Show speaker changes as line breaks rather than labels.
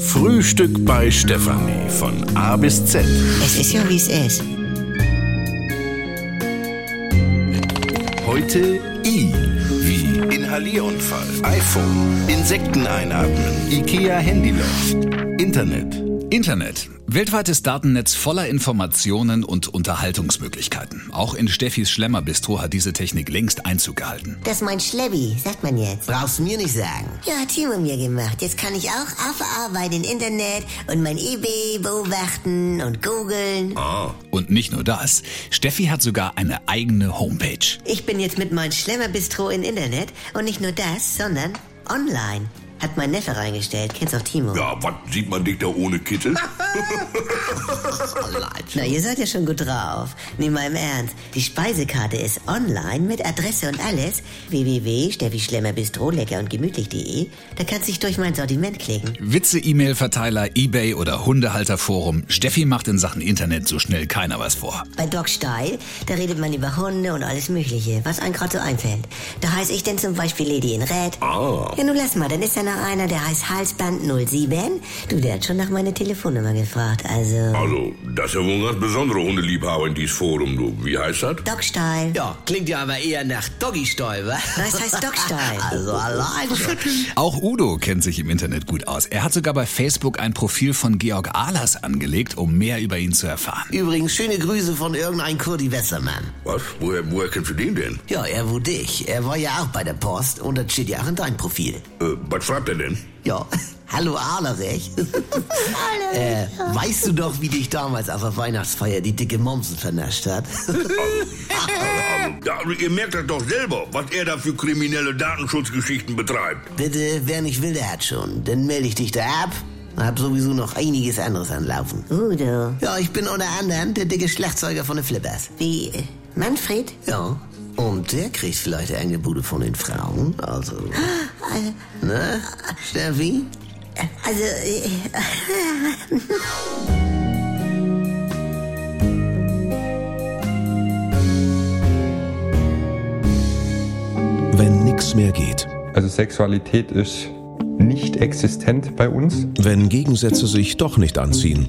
Frühstück bei Stefanie von A bis Z.
Es ist ja, wie es ist.
Heute I wie Inhalierunfall, iPhone, Insekten einatmen, IKEA Handyloch, Internet.
Internet. Weltweites Datennetz voller Informationen und Unterhaltungsmöglichkeiten. Auch in Steffis Schlemmerbistro hat diese Technik längst Einzug gehalten.
Das ist mein Schleppi, sagt man jetzt.
Brauchst mir nicht sagen.
Ja, hat Timo mir gemacht. Jetzt kann ich auch auf der Arbeit im Internet und mein eBay beobachten und googeln.
Ah,
Und nicht nur das. Steffi hat sogar eine eigene Homepage.
Ich bin jetzt mit meinem Schlemmerbistro im Internet und nicht nur das, sondern online. Hat mein Neffe reingestellt, kennst auch Timo.
Ja, was sieht man dich da ohne Kittel?
Na, ihr seid ja schon gut drauf. Nimm mal im Ernst. Die Speisekarte ist online mit Adresse und alles. www.steffischlemmerbistro lecker und gemütlich.de. E. Da kannst du dich durch mein Sortiment klicken.
Witze, E-Mail-Verteiler, Ebay oder Hundehalterforum. Steffi macht in Sachen Internet so schnell keiner was vor.
Bei Doc Steil, da redet man über Hunde und alles Mögliche, was einem gerade so einfällt. Da heiße ich denn zum Beispiel Lady in Red. Ja, nun lass mal, dann ist da noch einer, der heißt Halsband 07. Du, der hat schon nach meiner Telefonnummer gefragt, also...
Also, das ist ja wohl ein ganz besonderer Hundeliebhaber in dieses Forum, du. Wie heißt das?
Doc Steil.
Ja, klingt ja aber eher nach Doggy-Style, wa?
Was heißt Dogstyle?
Also allein schon.
Auch Udo kennt sich im Internet gut aus. Er hat sogar bei Facebook ein Profil von Georg Ahlers angelegt, um mehr über ihn zu erfahren.
Übrigens, schöne Grüße von irgendein Kurdi Wessermann.
Was? Woher, woher kennst du den denn?
Ja, er wo dich. Er war ja auch bei der Post und das steht ja auch in deinem Profil.
Äh, was schreibt er denn?
Ja, hallo Ahlerich. äh, weißt du doch, wie dich damals auf der Weihnachtsfeier die dicke Momsen vernascht hat?
Also, Ja, ihr merkt das doch selber, was er da für kriminelle Datenschutzgeschichten betreibt.
Bitte, wer nicht will, der hat schon. Dann melde ich dich da ab. Hab sowieso noch einiges anderes anlaufen.
Udo.
Ja, ich bin unter anderem der dicke Schlagzeuger von den Flippers.
Wie? äh, Manfred?
Ja. Und der kriegt vielleicht eine Bude von den Frauen. Also. ne? Steffi?
Also, Ah, äh,
Wenn nix mehr geht.
Also Sexualität ist nicht existent bei uns.
Wenn Gegensätze sich doch nicht anziehen.